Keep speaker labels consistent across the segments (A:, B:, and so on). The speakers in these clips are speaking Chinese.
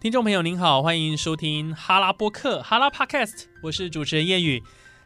A: 听众朋友您好，欢迎收听哈拉播客哈拉 Podcast，我是主持人叶宇。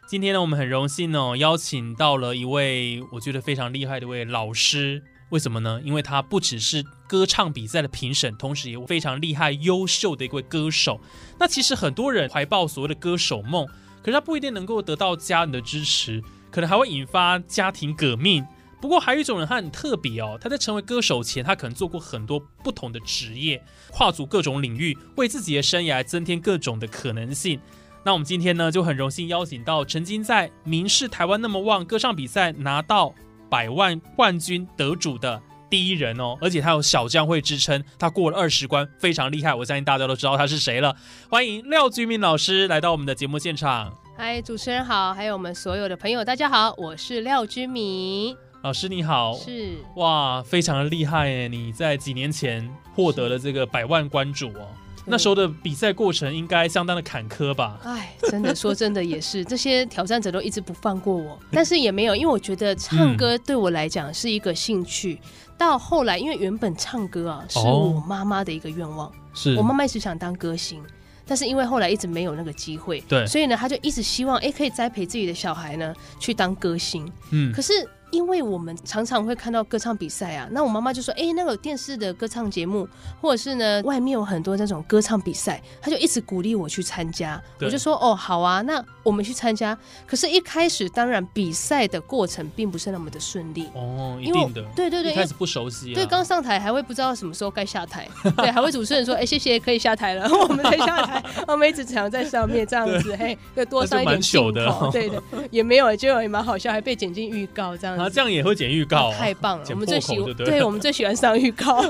A: 今天呢，我们很荣幸哦，邀请到了一位我觉得非常厉害的一位老师。为什么呢？因为他不只是歌唱比赛的评审，同时也非常厉害、优秀的一位歌手。那其实很多人怀抱所谓的歌手梦，可是他不一定能够得到家人的支持，可能还会引发家庭革命。不过还有一种人，他很特别哦，他在成为歌手前，他可能做过很多不同的职业，跨足各种领域，为自己的生涯增添各种的可能性。那我们今天呢，就很荣幸邀请到曾经在明视台湾那么旺歌唱比赛拿到百万冠军得主的第一人哦，而且他有小将会之称，他过了二十关，非常厉害。我相信大家都知道他是谁了。欢迎廖居明老师来到我们的节目现场。
B: 嗨，主持人好，还有我们所有的朋友，大家好，我是廖君明，
A: 老师你好，
B: 是
A: 哇，非常的厉害耶！你在几年前获得了这个百万关主哦，那时候的比赛过程应该相当的坎坷吧？
B: 哎，真的说真的 也是，这些挑战者都一直不放过我，但是也没有，因为我觉得唱歌
A: 嗯
B: 对我来讲是一个兴趣。到后来，因为原本唱歌啊是
A: 哦
B: 我妈妈的一个愿望，
A: 是
B: 我妈妈一直想当歌星。但是因为后来一直没有那个机会，
A: 对
B: 所以呢，她就一直希望，哎、可以栽培自己的小孩呢，去当歌星。
A: 嗯
B: 可是因为我们常常会看到歌唱比赛啊，那我妈妈就说：“哎、那个电视的歌唱节目，或者是呢，外面有很多那种歌唱比赛。”她就一直鼓励我去参加。
A: 对
B: 我就说：“哦，好啊，那我们去参加。”可是，一开始当然比赛的过程并不是那么的顺利，
A: 哦，一
B: 因为
A: 定的，
B: 对对对，
A: 一
B: 因
A: 开
B: 为
A: 始不熟悉啊，
B: 对，刚上台还会不知道什么时候该下台， 对，还会主持人说：“哎、谢谢，可以下台了， 我们才下台，哦我们一直想在上面这样子，嘿，就多上一
A: 那就蛮
B: 点
A: 糗
B: 镜
A: 的哦
B: 头，对的，也没有，就也蛮好笑，还被剪进预告这样
A: 啊，
B: 子，
A: 这样也会剪预 告、哦，
B: 太棒了，
A: 剪
B: 我们最
A: 破口
B: 喜
A: 对
B: 欢，
A: 不
B: 对
A: 对
B: 我们最喜欢上预告，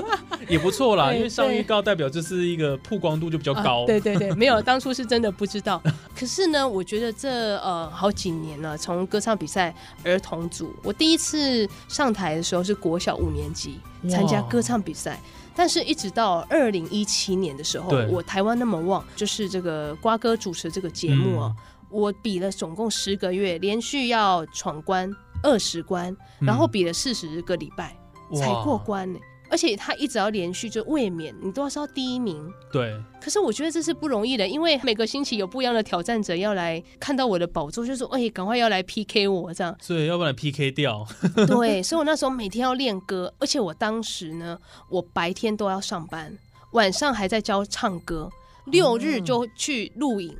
A: 也不错啦，
B: 对
A: 因为上
B: 对
A: 预告代表就是一个曝光度就比较高，
B: 啊对对对，没有，当初是真的不知道。 可是呢，我觉得这呃好几年了，从歌唱比赛儿童组，我第一次上台的时候是国小五年级
A: 哇
B: 参加歌唱比赛。但是，一直到二零一七年的时候
A: 对，
B: 我台湾那么旺，就是这个瓜哥主持这个节目哦、
A: 嗯
B: 我比了总共十个月，连续要闯关二十关，
A: 嗯
B: 然后比了四十个礼拜、才
A: 哇
B: 过关呢、而且他一直要连续就卫冕，你都要是要第一名，
A: 对，。
B: 可是我觉得这是不容易的，因为每个星期有不一样的挑战者要来看到我的宝座，就说：“哎、赶快要来 PK 我这样
A: 所以要不然 PK 掉，”
B: 对，所以我那时候每天要练歌，而且我当时呢，我白天都要上班，晚上还在教唱歌，六日就去录影。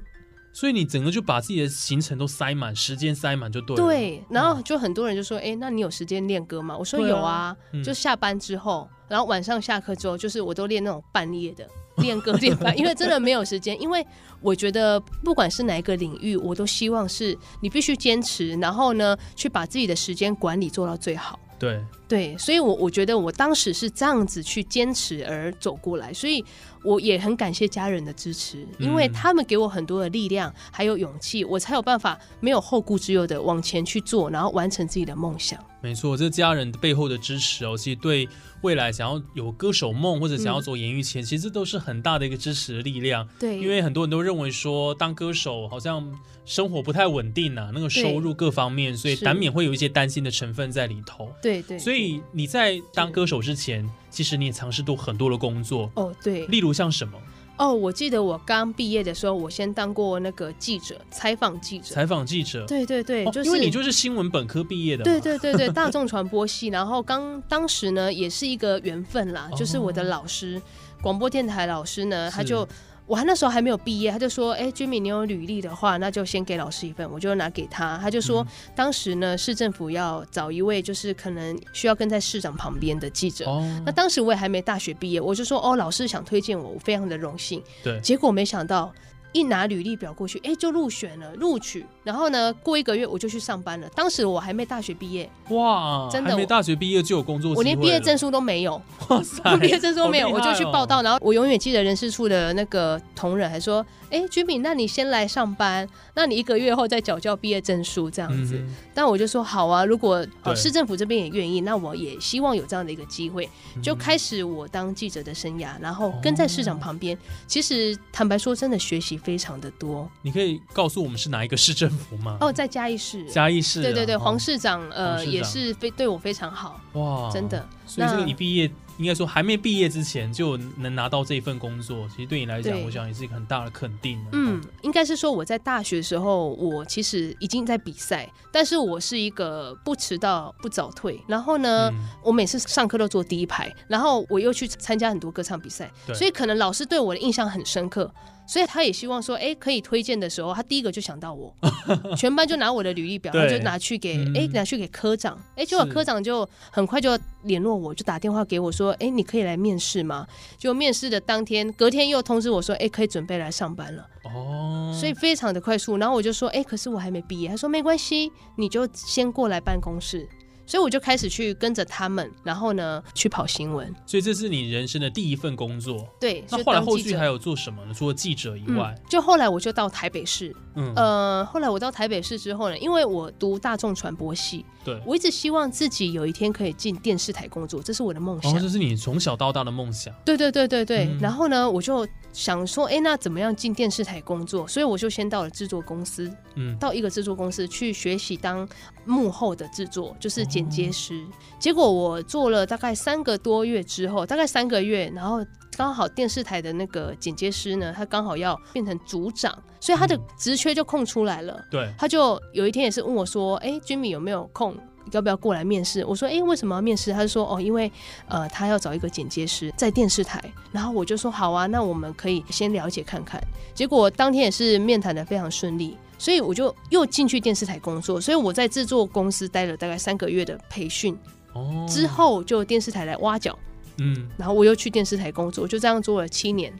A: 所以你整个就把自己的行程都塞满，时间塞满就对了，
B: 对，然后就很多人就说：“哎、那你有时间练歌吗？”我说：“
A: 对啊
B: 有啊，
A: 嗯
B: 就下班之后，然后晚上下课之后，就是我都练那种半夜的练歌练半，因为真的没有时间。 因为我觉得不管是哪一个领域，我都希望是你必须坚持，然后呢，去把自己的时间管理做到最好。”
A: 对，
B: 对，所以我，我觉得我当时是这样子去坚持而走过来，所以我也很感谢家人的支持，因为
A: 嗯
B: 他们给我很多的力量，还有勇气，我才有办法没有后顾之忧的往前去做，然后完成自己的梦想。
A: 没错，这家人背后的支持哦，其实对未来想要有歌手梦或者想要走演艺圈，其实都是很大的一个支持的力量。
B: 对，
A: 因为很多人都认为说，当歌手好像生活不太稳定啊，那个收入各方面，所以
B: 是
A: 难免会有一些担心的成分在里头。
B: 对对，
A: 所以你在当歌手之前，其实你也尝试过很多的工作，
B: 哦对
A: 例如像什么
B: 哦，我记得我刚毕业的时候，我先当过那个记者，采访记者。
A: 采访记者，
B: 对对对，
A: 哦
B: 就是
A: 因为你就是新闻本科毕业的嘛，
B: 对对对对，大众传播系， 然后刚当时呢也是一个缘分啦
A: 哦，
B: 就是我的老师，广播电台老师呢，
A: 是
B: 他就。我还那时候还没有毕业，他就说：“哎、君敏，你有履历的话，那就先给老师一份。”我就拿给他，他就
A: 嗯
B: 说：“当时呢，市政府要找一位，就是可能需要跟在市长旁边的记者。
A: 哦，
B: 那当时我也还没大学毕业，我就说：‘哦，老师想推荐我，我非常的荣幸。’
A: 对
B: 结果没想到一拿履历表过去，哎、就入选了，录取。然后呢，过一个月我就去上班了。当时我还没大学毕业，
A: 哇，
B: 真的
A: 还没
B: 我
A: 大学毕业就有工作机会
B: 我连毕业
A: 了
B: 证，书都没 有，
A: 哇塞
B: 我，毕业证书都没有，
A: 好
B: 我
A: 厉害
B: 就去
A: 哦
B: 报。道。然后我永远记得人事处的那个同仁还说：“哎、君敏，那你先来上班，那你一个月后再缴交毕业证书这样子。
A: 嗯
B: 但我就说：“好啊，如果、
A: 对
B: 呃、市政府这边也愿意，那我也希望有这样的一个机会。”
A: 哼
B: 就开始我当记者的生涯，然后跟在
A: 哦
B: 市长旁边。其实坦白说，真的学习非常的多
A: 你可以告诉我们是哪一个市政府吗？
B: 哦，在嘉义市。
A: 嘉义市啊、
B: 对对对，
A: 哦
B: 黄市长
A: 黄
B: 呃
A: 市长
B: 也是非对我非常好，
A: 哇，
B: 真。的。
A: 所以这个
B: 那
A: 你毕业，应该说还没毕业之前就能拿到这一份工作，其实对你来讲，
B: 对
A: 我想也是一个很大的肯定、啊。
B: 嗯，应该是说我在大学时候，我其实已经在比赛，但是我是一个不迟到、不早退。然后呢，
A: 嗯，
B: 我每次上课都坐第一排，然后我又去参加很多歌唱比赛，
A: 对
B: 所以可能老师对我的印象很深刻，所以他也希望说，哎，可以推荐的时候，他第一个就想到我， 全班就拿我的履历表，
A: 对
B: 然后就拿去给，
A: 嗯
B: 哎、拿去给科长，哎，结果
A: 是
B: 科长就很快就联络我，就打电话给我说，哎，你可以来面试吗？就面试的当天，隔天又通知我说，哎，可以准备来上班了，
A: 哦，
B: 呃所以非常的快速。然后我就说，哎，可是我还没毕业，他说没关系，你就先过来办公室。所以我就开始去跟着他们，然后呢去跑新闻，
A: 所以这是你人生的第一份工作。
B: 对，
A: 那
B: 就
A: 后来
B: 当
A: 后
B: 记
A: 续
B: 者
A: 还有做什么呢？除了记者以
B: 嗯
A: 外，，
B: 就后来我就到台北市，
A: 嗯，
B: 呃，后来我到台北市之后呢，因为我读大众传播系，
A: 对。
B: 我一直希望自己有一天可以进电视台工作，这是我的梦
A: 然
B: 想。
A: 后哦这是你从小到大的梦想，
B: 对对对对对。
A: 嗯
B: 然后呢，我就想说，哎，那怎么样进电视台工作？所以我就先到了制作公司，
A: 嗯，
B: 到一个制作公司去学习当幕后的制作，就是剪接师。
A: 哦
B: 结果我做了大概三个多月之后，大概三个月，然后刚好电视台的那个剪接师呢，他刚好要变成组长，所以他的
A: 嗯
B: 职缺就空出来了。
A: 对，
B: 他就有一天也是问我说：“哎、君米有没有空？要不要过来面试？”我说：“哎、为什么要面试？”他就说：“哦，因为呃，他要找一个剪接师在电视台。”然后我就说：“好啊，那我们可以先了解看看。”结果当天也是面谈的非常顺利。所以我就又进去电视台工作，所以我在制作公司待了大概三个月的培训
A: 哦，
B: 之，后，就电视台来挖角，
A: 嗯，
B: 然后我又去电视台工作，就这样做了七年。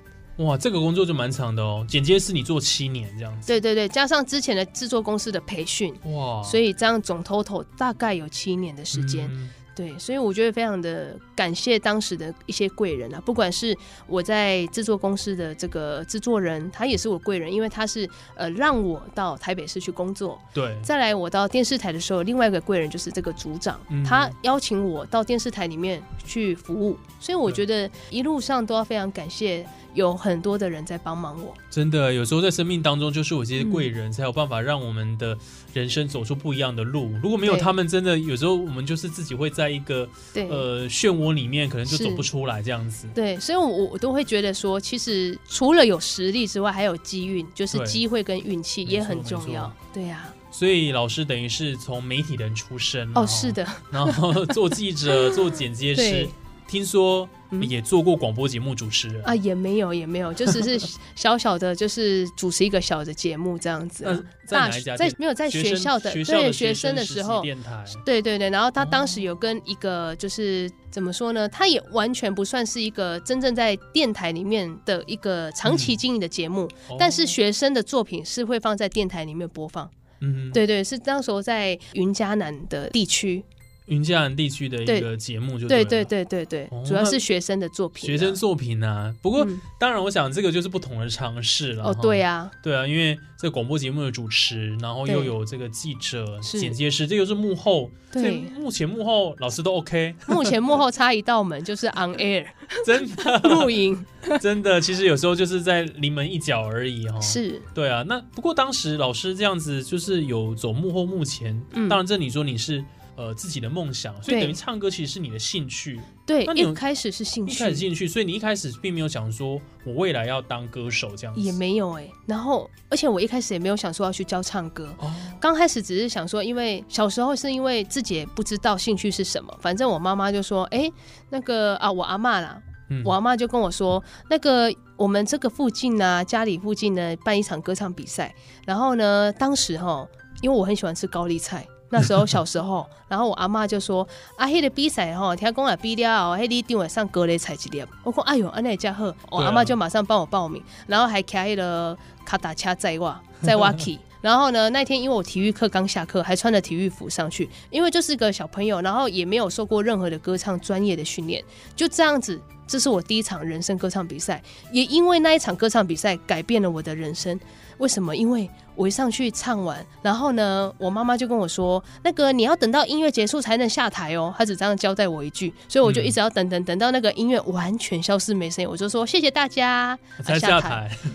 A: 哇，这个工作就蛮长的哦，剪接是你做七年这样子，
B: 对对对，加上之前的制作公司的培训，
A: 哇，
B: 所
A: 以
B: 以这样总 total 大概有七年的时间。
A: 嗯
B: 对，所以我觉得非常的感谢当时的一些贵人啊，不管是我在制作公司的这个制作人，他也是我贵人，因为他是呃让我到台北市去工作。
A: 对，
B: 再来，我到电视台的时候，另外一个贵人就是这个组长，
A: 嗯
B: 他邀请我到电视台里面去服务，所以我觉得一路上都要非常感谢有很多的人在帮忙我。
A: 真的，有时候在生命当中，就是有这
B: 嗯
A: 些贵人，才有办法让我们的人生走出不一样的路。如果没有
B: 对
A: 他们，真的有时候我们就是自己会在一个
B: 对，
A: 呃漩涡里面，可能就是走不出来这样子。
B: 对，所以我，我我都会觉得说，其实除了有实力之外，还有机运，就是
A: 对
B: 机会跟运气
A: 没
B: 也
A: 错
B: 很
A: 没
B: 重
A: 错
B: 要。对啊呀、
A: 所以老师等于是从媒体人出身
B: 哦，是，的，
A: 然后然后做记者、做剪接师
B: 对，
A: 听说
B: 嗯
A: 也做过广播节目主持人。
B: 啊，也没有，也没有，就只是小小的，就是主持一个小的节目这样子啊、
A: 那在
B: 大
A: 哪一
B: 学
A: 家
B: 在
A: 电？
B: 没有在学
A: 生
B: 校的
A: 学校
B: 对
A: 的
B: 学生的
A: 实
B: 时
A: 习
B: 候，
A: 电台
B: 对对对，然后他当
A: 哦
B: 时有跟一个就是怎么说呢？他也完全不算是一个真正在电台里面的一个长期
A: 嗯
B: 经营的节目，但是
A: 哦
B: 学生的作品是会放在电台里面播放。
A: 嗯，
B: 对对，是当时候在云嘉南的地区，
A: 云嘉南地区的一
B: 对
A: 个节目就
B: 对
A: 对
B: 对
A: 了
B: 对对对，
A: 哦
B: 主要
A: 那
B: 是学生的作品啊、
A: 学生作品啊。不过、
B: 嗯
A: 当然，我想这个就是不同的尝试了。
B: 哦，
A: 哈
B: 对、啊，
A: 对啊，因为这广播节目的主持，然后
B: 对
A: 又有这个记者、
B: 是
A: 剪接师，这就是幕后。所以
B: 对，
A: 目前幕后老师都 OK，
B: 目前幕后差一道门就是 on air
A: 真哦
B: 录影，
A: 的真的，其实有时候就是在临门一脚而已哈、哦。，
B: 是
A: 对啊。那不过当时老师这样子，就是有走幕后幕前。
B: 嗯
A: 当然，这你说你是。呃，自己的梦想，所以
B: 对
A: 等于唱歌其实是你的兴趣，
B: 对
A: 那，你有
B: 一开始是兴
A: 一开始
B: 趣，
A: 进去，所以你一开始并没有想说我未来要当歌手这样子，
B: 也没有哎、然后而且我一开始也没有想说要去教唱歌。
A: 哦，
B: 刚开始只是想说，因为小时候是因为自己也不知道兴趣是什么，反正我妈妈就说：“哎、那个啊，我阿嬷啦，
A: 嗯
B: 我阿妈就跟我说，那个我们这个附近呢、家里附近呢办一场歌唱比赛，然后呢，当时哈，因为我很喜欢吃高丽菜，那时候小时候，然后我阿妈就说：“ 啊，迄、那个比赛吼，听讲啊比了，迄你定会上高丽菜一粒。”我讲：“哎呦，安尼才好。我
A: 对啊
B: 阿妈就马上帮我报名，然后还开迄个卡达车载我，载我去。然后呢，那天因为我体育课刚下课，还穿着体育服上去，因为就是个小朋友，然后也没有受过任何的歌唱专业的训练，就这样子。这是我第一场人生歌唱比赛，也因为那一场歌唱比赛改变了我的人生。为什么？因为我一上去唱完，然后呢，我妈妈就跟我说，那个你要等到音乐结束才能下台哦。她只这样交代我一句，所以我就一直要等等等到那个音乐完全消失没声音，我就说谢谢大家，
A: 才
B: 啊
A: 下
B: 下台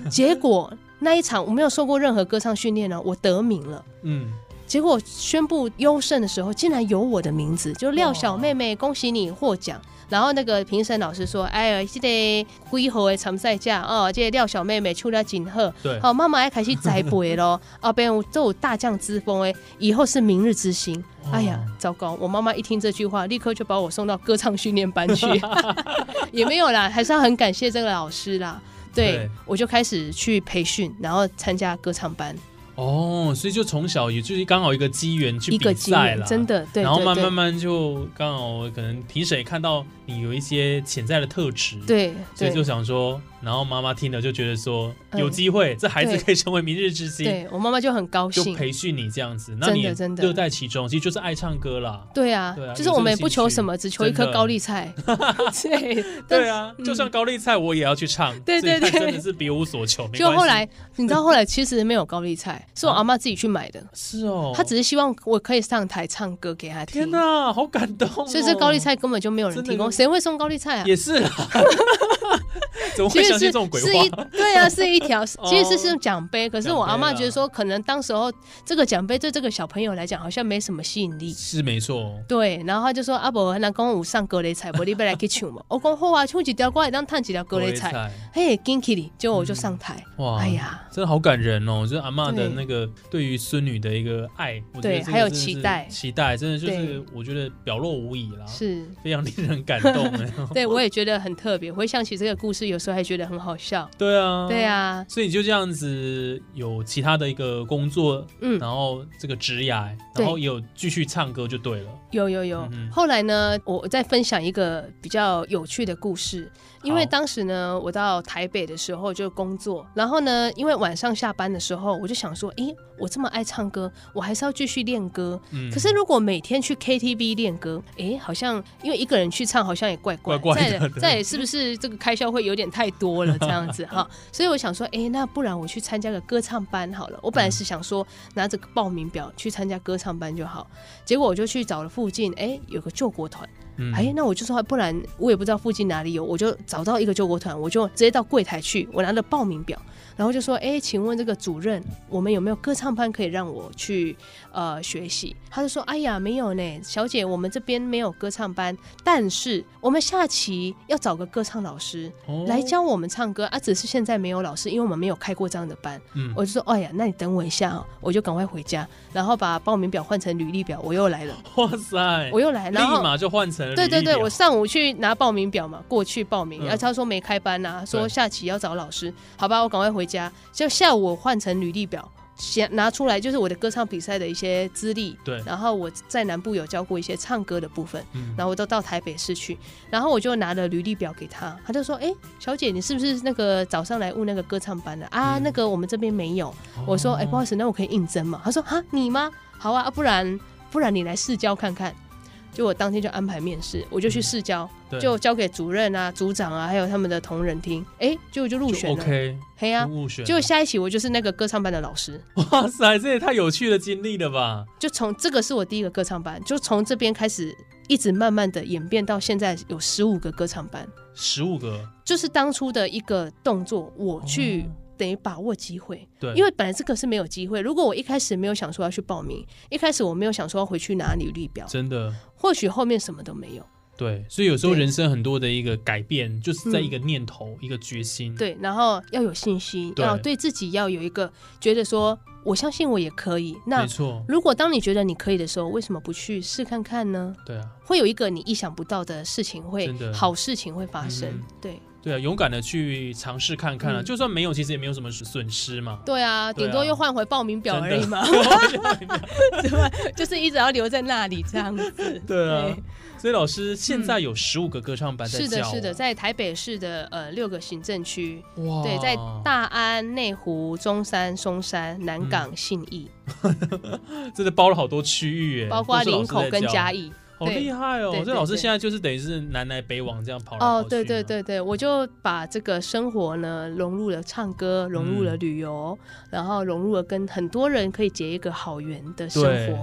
A: 台。
B: 结果那一场我没有受过任何歌唱训练呢，我得名了。
A: 嗯，
B: 结果宣布优胜的时候，竟然有我的名字，就廖小妹妹，恭喜你获奖。然后那个评审老师说：“哎呀，这个几号的参赛者哦，这个廖小妹妹出了真好，
A: 对，
B: 好妈妈要开始栽培咯。 哦后边有都有大将之风哎，以后是明日之星。”哎呀，
A: 哦
B: 糟糕！我妈妈一听这句话，立刻就把我送到歌唱训练班 去，也没有啦，还是要很感谢这个老师啦。对，
A: 对
B: 我就开始去培训，然后参加歌唱班，
A: 哦，所以就从小也就是刚好一个机缘去
B: 一个
A: 比
B: 经
A: 赛
B: 验，
A: 啦，
B: 真。的对。
A: 然后
B: 对
A: 慢
B: 对
A: 慢慢就刚好可能评审也看到你有一些潜在的特质，，
B: 对，
A: 所以
B: 对
A: 就想说，然后妈妈听了就觉得说
B: 嗯
A: 有机会，这孩子
B: 对
A: 可以成为明日之星，
B: 对我妈妈就很高
A: 就
B: 兴。
A: 培训你这样子，
B: 真
A: 那
B: 的
A: 你也
B: 真的
A: 乐在其中，其实就是爱唱歌啦。
B: 对啊
A: 对啊，
B: 就是
A: 有
B: 我
A: 这
B: 们
A: 个
B: 也不
A: 兴
B: 求
A: 趣
B: 什么，只求一
A: 真
B: 颗
A: 的
B: 高 丽菜。对，但
A: 对啊，就算
B: 嗯
A: 高丽菜我也要去唱，
B: 对
A: 所以
B: 对
A: 她
B: 对
A: 真的是别无所求。没
B: 就
A: 关
B: 后
A: 系
B: 来，你知道后来其实没有高丽菜，是我阿妈自己去买的。
A: 是啊哦，
B: 她只是希望我可以上台唱歌给她听。
A: 天哪，好感动哦。
B: 所以这高丽菜根本就没有人
A: 真的
B: 提供，
A: 有
B: 谁会送高丽菜 啊？
A: 也是啦， 怎么
B: 其
A: 会
B: 实
A: 相信这
B: 是
A: 种鬼
B: 是一
A: 话？
B: 对啊，是一条，其实是是
A: 哦
B: 奖杯。可是
A: 奖
B: 我阿
A: 杯啊
B: 妈
A: 啦
B: 觉得说，可能当时候这个奖杯对这个小朋友来讲好像没什么吸引力。
A: 是没错，
B: 对，然后她就说阿伯，那公有上高丽菜，不你要来去唱嘛？ 我讲好啊，唱一条歌，当唱一条高丽菜。
A: 国内
B: 嘿，进去哩，结果我就
A: 嗯
B: 上台，
A: 哇，
B: 哎呀，
A: 真的好感人哦！就是阿嬷的
B: 对
A: 那个对于孙女的一个爱，我觉得
B: 对
A: 这个
B: 还有
A: 真的是
B: 期待
A: 期待真的就是
B: 对
A: 我觉得表露无遗啦，
B: 是，
A: 非常令人感动哎。
B: 对我也觉得很特别。回想起这个故事，有时候还觉得很好笑。
A: 对啊，
B: 对。啊，
A: 所以你就这样子有其他的一个工作，
B: 嗯，
A: 然后这个职涯，然
B: 对
A: 后也有继续唱歌就对了。
B: 有有有。
A: 嗯哼
B: 后来呢，我再分享一个比较有趣的故事，因为
A: 好
B: 当时呢，我到台北的时候就工作，然后呢，因为晚上下班的时候，我就想说，诶，我这么爱唱歌，我还是要继续练歌。
A: 嗯，
B: 可是如果每天去 KTV 练歌，诶，好像因为一个人去唱，好像也怪怪
A: 怪怪的
B: 再
A: 对
B: 再也是不是这个开销会有点太多了这样 子哈？所以我想说，诶，那不然我去参加个歌唱班好了。我本来是想说拿着报名表去参加歌唱班就好，结果我就去找了附近，诶，有个救国团，
A: 嗯，
B: 诶，哎那我就说，不然我也不知道附近哪里有，我就找到一个救国团，我就直接到柜台去，我拿了报名表。然后就说：“诶，请问这个主任，我们有没有歌唱班可以让我去呃学习？”他就说：“哎呀，没有呢，小姐，我们这边没有歌唱班，但是我们下期要找个歌唱老师
A: 哦
B: 来，教我们唱歌啊，只是现在没有老师，因为我们没有开过这样的班。”
A: 嗯
B: 我就说：“哎呀，那你等我一下啊、我就赶快回家，然后把报名表换成履历表，我又来了，
A: 哇塞，
B: 我又来，
A: 立
B: 然后
A: 马就换成了
B: 对对
A: 履历
B: 对，
A: 表
B: 我上午去拿报名表嘛，过去报名，
A: 嗯
B: 然后他说没开班呐、说
A: 对
B: 下期要找老师，好吧，我赶快回家。就下午我换成履历表，写拿出来就是我的歌唱比赛的一些资历，
A: 对
B: 然后我在南部有教过一些唱歌的部分，
A: 嗯
B: 然后我都到台北市去，然后我就拿了履历表给他，他就说，哎、小姐，你是不是那个早上来问那个歌唱班的啊？
A: 嗯
B: 那个我们这边没有，我说，哎、
A: 哦
B: 不好意思，那我可以应征吗？他说，哈，你吗？好啊，啊不然不然你来试教看看。就我当天就安排面试，我就去试教，
A: 嗯对
B: 就交给主任啊、组长啊，还有他们的同仁听。哎、结果就入
A: 就
B: 选了。
A: OK，
B: 嘿呀、
A: 入选了，
B: 结果下一期我就是那个歌唱班的老师，
A: 哇塞，这也太有趣的经历了吧！
B: 就从这个是我第一个歌唱班，就从这边开始，一直慢慢的演变到现在有十五个歌唱班，
A: 十五个，
B: 就是当初的一个动作，我去、
A: 哦
B: 等于把握机会。
A: 对，
B: 因
A: 为
B: 为本来这个是没有机会。如果我一开始没有想说要去报名，一开始我没有想说要回去拿履历表，
A: 真的
B: 或许后面什么都没
A: 嗯
B: 有。
A: 对，所以有时候
B: 对
A: 人生很多的一个改变，就是在
B: 嗯
A: 一个念头、一个决心。，
B: 对，然后要有信心，
A: 对
B: 要对自己要有一个觉得说，我相信我也可以。那
A: 没错，
B: 如果当你觉得你可以的时候，为什么不去试看看呢？
A: 对啊。
B: 会有一个你意想不到的事情会
A: 真的，
B: 好事情会发生。
A: 嗯
B: 对，
A: 对啊，勇敢的去尝试看看啊，
B: 嗯
A: 就算没有，其实也没有什么损失嘛。
B: 对啊，
A: 对啊
B: 顶多又换回报名表而已嘛，
A: 啊
B: 对吧？ 就是一直要留在那里这样子。
A: 对啊，所以老师现在有十五个歌唱班在
B: 嗯是的，
A: 教啊
B: 是的，在台北市的呃六个行政区，
A: 哇，
B: 对，在大安、内湖、中山、松山、南港、信义，
A: 真的包了好多区域耶，
B: 包
A: 都
B: 括
A: 是老
B: 林
A: 师
B: 口
A: 在
B: 跟
A: 教
B: 嘉义。
A: 好厉害哦
B: 对！对
A: 这老师
B: 对
A: 现在就是等于是南来北往这样跑来跑
B: 哦
A: 去，
B: 对对
A: 嘛，
B: 对对，我就把这个生活呢融入了唱歌，融入了
A: 嗯
B: 旅游，然后融入了跟很多人可以结一个好缘的生活。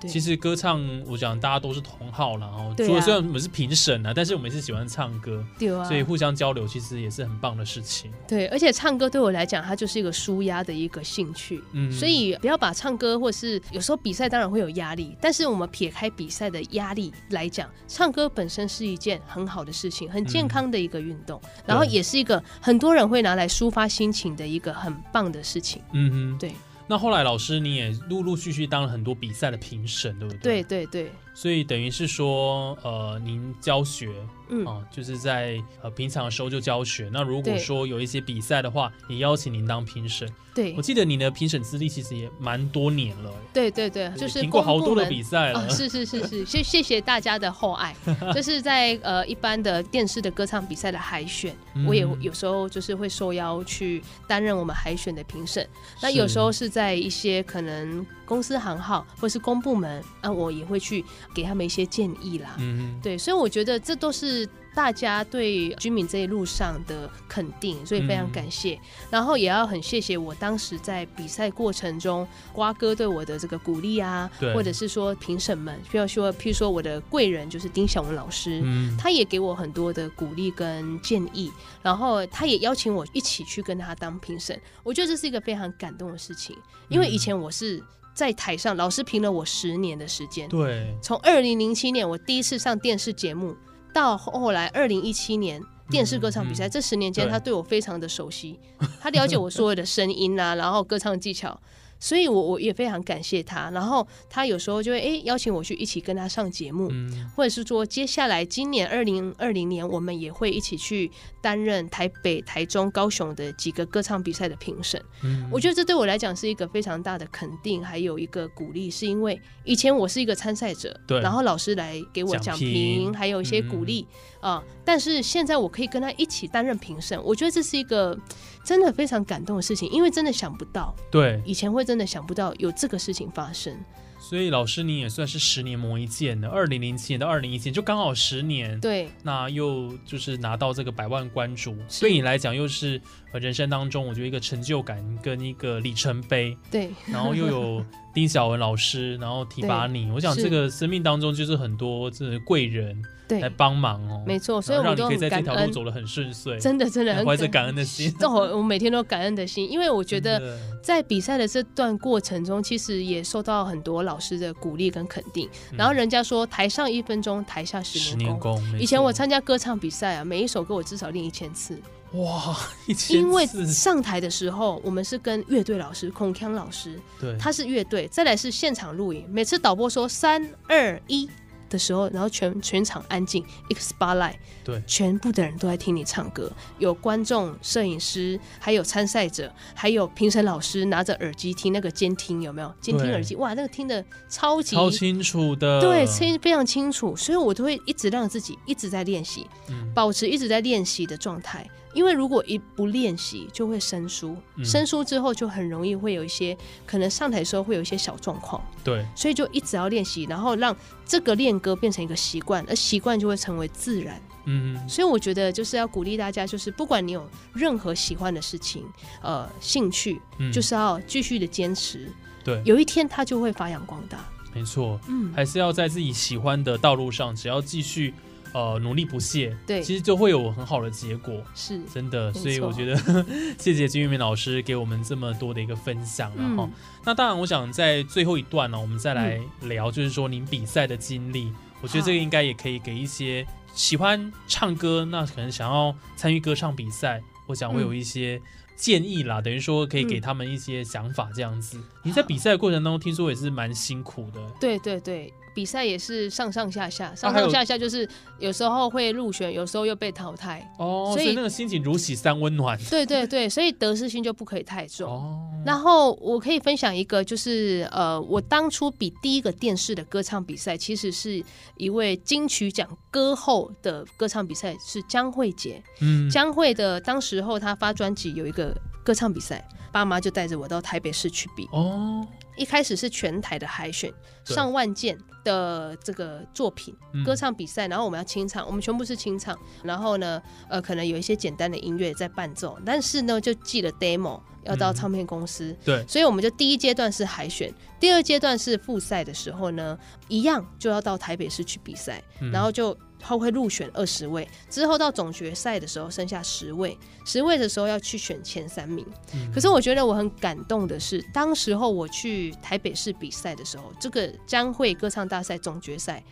B: 对
A: 其实歌唱，我讲大家都是同好啦哦。
B: 对啊
A: 除了虽然我们是评审啊，但是我们也是喜欢唱歌，
B: 对啊
A: 所，以互相交流其实也是很棒的事情。
B: 对，而且唱歌对我来讲，它就是一个舒压的一个兴趣。
A: 嗯，
B: 所以不要把唱歌或是有时候比赛当然会有压力，但是我们撇开比赛的压力来讲，唱歌本身是一件很好的事情，很健康的一个运动，
A: 嗯
B: 然后也是一个很多人会拿来抒发心情的一个很棒的事情。
A: 嗯哼，
B: 对。
A: 那后来老师你也陆陆续续当了很多比赛的评审，对不
B: 对
A: 对？。
B: 对对，
A: 所以等于是说，呃，您教学
B: 嗯，
A: 啊、就是在呃平常的时候就教学。那如果
B: 对
A: 说有一些比赛的话，也邀请您当评审。
B: 对
A: 我。记得你的评审资历其实也蛮多年了，欸
B: 对对对，就是
A: 评过好
B: 公部
A: 多的
B: 门
A: 比赛了。
B: 啊，是是是是，谢谢谢大家的厚 爱。就是在呃一般的电视的歌唱比赛的海选，
A: 嗯
B: 我也有时候就是会受邀去担任我们海选的评审。那
A: 是
B: 有时候是在一些可能公司行号或是公部门，啊，我也会去给他们一些建议啦。
A: 嗯，
B: 对，所以我觉得这都是大家对居民这一路上的肯定，所以非常
A: 嗯
B: 感谢。然后也要很谢谢我当时在比赛过程中瓜哥对我的这个鼓励啊
A: 对，
B: 或者是说评审们，譬如说譬如说我的贵人就是丁小文老师。
A: 嗯，
B: 他也给我很多的鼓励跟建议，然后他也邀请我一起去跟他当评审，我觉得这是一个非常感动的事情，因为以前我是在台上，老师评了我十年的时间，
A: 对，
B: 从二零零七年我第一次上电视节目，到后来二零一七年电视歌唱比赛，
A: 嗯嗯
B: 这十年间
A: 对
B: 他对我非常的熟悉，他了解我所有的声音啊，然后歌唱技巧。所以我我也非常感谢他，然后他有时候就会诶邀请我去一起跟他上节目，
A: 嗯，
B: 或者是说接下来今年二零二零年我们也会一起去担任台北、台中、高雄的几个歌唱比赛的评审。
A: 嗯
B: 我觉得这对我来讲是一个非常大的肯定，还有一个鼓励，是因为以前我是一个参赛者，
A: 对
B: 然后老师来给我
A: 讲
B: 讲
A: 评嗯
B: 评，还有一些鼓励啊、但是现在我可以跟他一起担任评审，我觉得这是一个真的非常感动的事情，因为真的想不到，
A: 对，
B: 以前会真的想不到有这个事情发生。
A: 所以老师你也算是十年磨一剑的，二零零七年到二零一七就刚好十年。
B: 对，
A: 那又就是拿到这个百万关注，对你来讲又是呃人生当中我觉得一个成就感跟一个里程碑，
B: 对，
A: 然后又 有丁小文老师，然后提拔你，我想
B: 是
A: 这个生命当中就是很多这贵人来
B: 对，
A: 帮忙哦，
B: 没错，所以
A: 然后
B: 我
A: 让
B: 都
A: 你可以
B: 很
A: 在这
B: 感
A: 条路
B: 恩，
A: 走得很顺遂，
B: 真的真的很
A: 怀着感恩的心，嗯
B: 哦，我每天都感恩的心，因为我觉得
A: 真的
B: 在比赛的这段过程中，其实也受到很多老师的鼓励跟肯定。
A: 嗯
B: 然后人家说，台上一分钟，台下十
A: 十
B: 年
A: 年
B: 功。
A: 功，没
B: 以前我
A: 错
B: 参加歌唱比赛啊，每一首歌我至少练一千次，
A: 哇， 一千
B: 因为
A: 次
B: 上台的时候，我们是跟乐队老师孔锵老师，
A: 对，
B: 他是乐队，再来是现场录影，每次导播说三二一的时候，然后全全场安静，一个 spotlight，
A: 对
B: 全部的人都在听你唱歌，有观众、摄影师，还有参赛者，还有评审老师拿着耳机听那个监听，有没有监听
A: 对
B: 耳机？哇，那个听的超级
A: 超清楚的，
B: 对，听非常清楚，所以我都会一直让自己一直在练习，
A: 嗯
B: 保持一直在练习的状态。因为如果一不练习，就会生疏，
A: 嗯
B: 生疏之后就很容易会有一些可能上台的时候会有一些小状况，
A: 对，
B: 所以就一直要练习，然后让这个练歌变成一个习惯，而习惯就会成为自然。
A: 嗯，
B: 所以我觉得就是要鼓励大家，就是不管你有任何喜欢的事情，呃，兴趣，
A: 嗯
B: 就是要继续的坚持，
A: 对，
B: 有一天它就会发扬光大。
A: 没错，
B: 嗯，
A: 还是要在自己喜欢的道路上，只要继续呃努力不懈，
B: 对
A: 其实就会有很好的结果。
B: 是，
A: 真的，
B: 错
A: 所以我觉得 谢谢金玉明老师给我们这么多的一个分享啊然后、
B: 嗯
A: 那当然，我想在最后一段呢、我们再来聊，就是说您比赛的经历，我觉得这个应该也可以给一些
B: 嗯
A: 喜欢唱歌，那可能想要参与歌唱比赛，我想会有一些建议啦，等于说可以给他们一些想法这样子。你在比赛的过程当中，听说也是蛮辛苦的，
B: 对对对，比赛也是上上下下，上
A: 啊还有
B: 上下下就是有时候会入选，有时候又被淘汰。
A: 哦，所
B: 所以
A: 以那个心情如洗三温暖。
B: 对对对，所以得失心就不可以太重。
A: 哦，
B: 然后我可以分享一个，就是呃，我当初比第一个电视的歌唱比赛，其实是一位金曲奖歌后的歌唱比赛，是江蕙姐。
A: 嗯，
B: 江蕙的当时候她发专辑有一个歌唱比赛，爸妈就带着我到台北市去比。
A: 哦，
B: 一开始是全台的海选，
A: 对
B: 上万件的这个作品
A: 嗯
B: 歌唱比赛，然后我们要清唱，我们全部是清唱，然后呢，呃，可能有一些简单的音乐在伴奏，但是呢，就寄了 demo 要到
A: 嗯
B: 唱片公司，
A: 对
B: 所以我们就第一阶段是海选，第二阶段是复赛的时候呢，一样就要到台北市去比赛，
A: 嗯
B: 然后就他会入选二十位，之后到总决赛的时候剩下十位，十位的时候要去选前三名。
A: 嗯
B: 可是我觉得我很感动的是，当时候我去台北市比赛的时候，这个江蕙歌唱大赛总决赛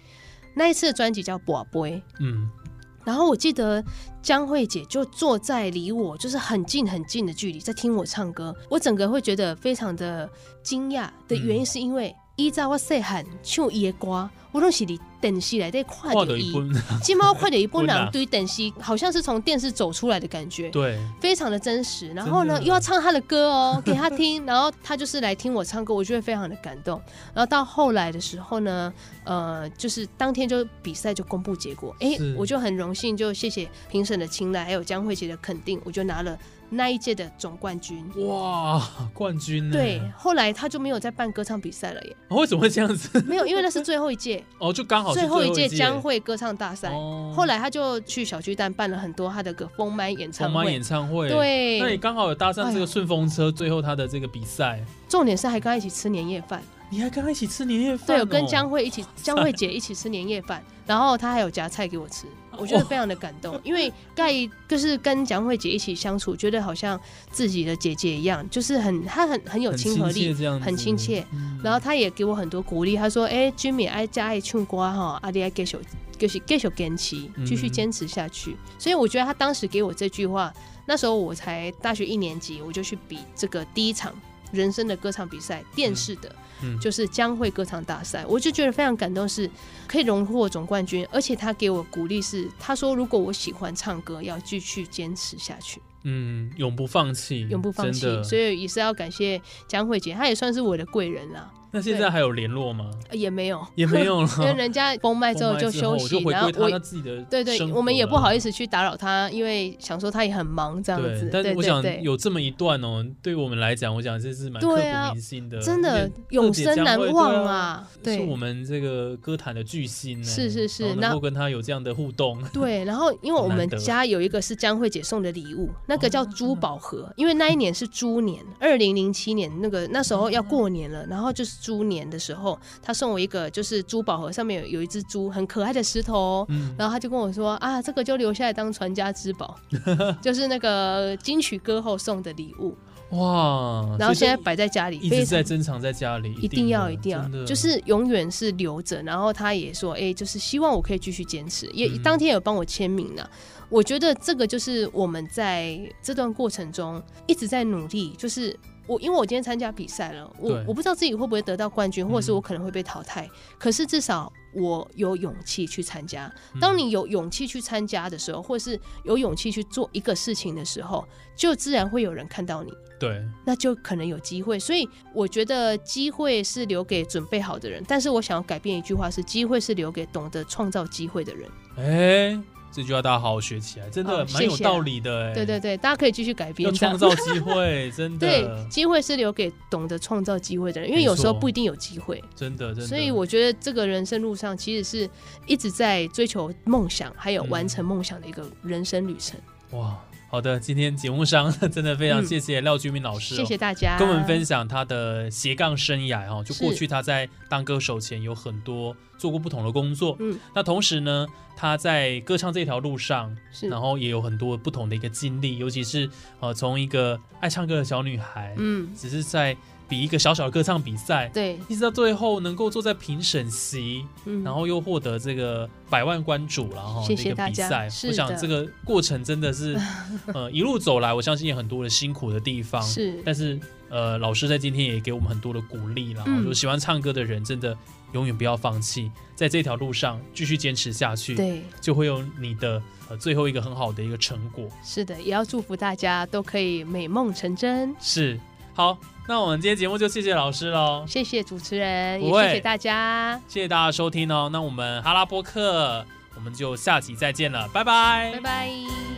B: 那一次的专辑叫《宝贝》，
A: 嗯，
B: 然后我记得江蕙姐就坐在离我就是很近很近的距离，在听我唱歌。我整个会觉得非常的惊讶的原因，是因为依照我细汉唱伊的歌，我拢是离电视来在看
A: 画
B: 着
A: 的一
B: 伊。
A: 分，
B: 金猫快点一波
A: 昏啊
B: 两堆电视，好像是从电视走出来的感觉，
A: 对，
B: 非常的真实。然后
A: 真
B: 呢，
A: 的
B: 又要唱她的歌哦， 给她听，然后她就是来听我唱歌，我就会非常的感动。然后到后来的时候呢，呃，就是当天就比赛就公布结果，哎、
A: 是
B: 我就很荣幸，就谢谢评审的青睐，还有江慧杰的肯定，我就拿了那一届的总冠军。
A: 哇，冠军呢？
B: 对，后来他就没有再办歌唱比赛了 耶，
A: 哦，为什么会这样子？
B: 没有，因为那是最后一届，
A: 哦，就刚好是
B: 最后
A: 一
B: 一届江
A: 会
B: 蕙歌唱大赛。
A: 哦，
B: 后来他就去小巨蛋办了很多他的个封麦演
A: 红
B: 唱
A: 马
B: 会
A: 演。唱会，，那你
B: 对，
A: 刚好有搭上这
B: 哎
A: 个
B: 呀
A: 顺风车，最后他的这个比赛，
B: 重点是还跟他一起吃年夜饭。
A: 你还跟他一起吃年夜饭、
B: 对，
A: 哦，
B: 我跟江慧 一起，江慧姐一起吃年夜饭，然后她还有夹菜给我吃，
A: 哦
B: 我觉得非常的感动，因为盖就是跟江慧姐一起相处，觉得好像自己的姐姐一样，就是很她很很有
A: 很
B: 亲和力
A: 切，这样子，
B: 很亲切
A: 嗯。
B: 然后她也给我很多鼓励，她说：“哎、君 j i m m y 爱加爱唱歌哈，阿丽爱继续就是继续坚持，继续
A: 嗯
B: 坚持下去。所以我觉得她当时给我这句话，那时候我才大学一年级，我就去比这个第一场人生的歌唱比赛，电视的。
A: 嗯
B: 就是江蕙歌唱大赛，我就觉得非常感动，是可以荣获总冠军，而且他给我鼓励是，他说如果我喜欢唱歌，要继续坚持下去，
A: 嗯，永不放弃，
B: 永不放弃
A: 真的。。
B: 所以也是要感谢江蕙姐，她也算是我的贵人啦，
A: 那现在还有联络吗？
B: 呃也 没有，
A: 也没有了。
B: 因为人家封麦之后
A: 封麦
B: 就休
A: 我
B: 息
A: 就，回
B: 然后
A: 归他
B: 我
A: 他自己的
B: 对对，
A: 生活啊
B: 我们也不
A: 了
B: 好意思去打扰她，因为想说她也很忙这样子
A: 对，，但
B: 对
A: 是我
B: 对
A: 想
B: 对。
A: 有这么一段哦，对我们来讲，我想这是蛮刻骨
B: 对啊
A: 铭心的，
B: 真
A: 因
B: 的
A: 为
B: 永
A: 姐
B: 生
A: 江
B: 难
A: 蕙
B: 忘
A: 对啊
B: 啊！
A: 是我
B: 对
A: 们这个歌坛的巨星呢，
B: 是是是
A: 然后
B: 那
A: 能够跟他有这样的互动，
B: 对，然后因为我
A: 好难
B: 们
A: 得
B: 家有一个是江慧姐送的礼物，那个叫
A: 哦
B: 珠宝盒，因为那一年是猪年，二零零七年那个那时候要过年了，然后就是猪年的时候，她送我一个就是珠宝盒，上面有有一只猪，很可爱的石头哦、
A: 嗯，
B: 然后她就跟我说啊，这个就留下来当传家之 宝，就是那个金曲歌后送的礼物，
A: 哇！哦
B: 然后
A: 所
B: 现
A: 以
B: 在摆在家里，
A: 一
B: 非
A: 直
B: 常
A: 在珍藏在家里，
B: 一定要
A: 的
B: 一定要
A: 真的，
B: 就是永远是留着。然后他也说，哎、就是希望我可以继续坚持，也、
A: 嗯
B: 当天有帮我签名呢、我觉得这个就是我们在这段过程中一直在努力，就是。我因为我今天参加比赛了，我
A: 对嗯
B: 我不知道自己会不会得到冠军，或者是我可能会被淘汰。可是至少我有勇气去参加。
A: 嗯
B: 当你有勇气去参加的时候，或是有勇气去做一个事情的时候，就自然会有人看到你。
A: 对，
B: 那就可能有机会。所以我觉得机会是留给准备好的人，但是我想要改变一句话是：机会是留给懂得创造机会的人。
A: 哎，这句话大家好好学起来，真的
B: 哦
A: 蛮有
B: 谢谢啊
A: 道理的，哎，
B: 对对对，大家可以继续改
A: 要
B: 变。这
A: 创
B: 样
A: 造机会，真
B: 对，
A: 的，
B: 机会是留给懂得创造机会的人，因为
A: 没错
B: 有时候不一定有机会。
A: 真的，真的，
B: 所以我觉得这个人生路上其实是一直在追求梦想，还有
A: 嗯
B: 完成梦想的一个人生旅程。
A: 哇，好的，今天节目上 真的非常
B: 嗯
A: 谢谢廖俊明老师、哦，
B: 谢谢大家，
A: 跟我们分享他的斜杠生涯哈、哦，就过
B: 是
A: 去他在当歌手前有很多做过不同的工作，
B: 嗯，
A: 那同时呢，他在歌唱这条路上，
B: 是
A: 然后也有很多不同的一个经历，尤其是呃从一个爱唱歌的小女孩，
B: 嗯
A: 只是在比一个小小的歌唱比赛，
B: 对，
A: 一直到最后能够坐在评审席，
B: 嗯，
A: 然后又获得这个百万关注然后
B: 谢
A: 这
B: 谢
A: 个
B: 大
A: 比
B: 家
A: 赛，
B: 是
A: 我想
B: 的
A: 这个过程真的 是，呃，一路走来，我相信有很多的辛苦的地方，
B: 是
A: 但是呃，老师在今天也给我们很多的鼓励啦，
B: 嗯
A: 就喜欢唱歌的人真的永远不要放弃，在这条路上继续坚持下去，
B: 对，
A: 就会有你的呃最后一个很好的一个成果。
B: 是的，也要祝福大家都可以美梦成真。
A: 是，好，那我们今天节目就谢谢老师喽，
B: 谢谢主持人，
A: 不
B: 也
A: 会
B: 谢谢大家，
A: 谢谢大家收听哦。那我们哈拉波克，我们就下集再见了，拜拜
B: 拜拜。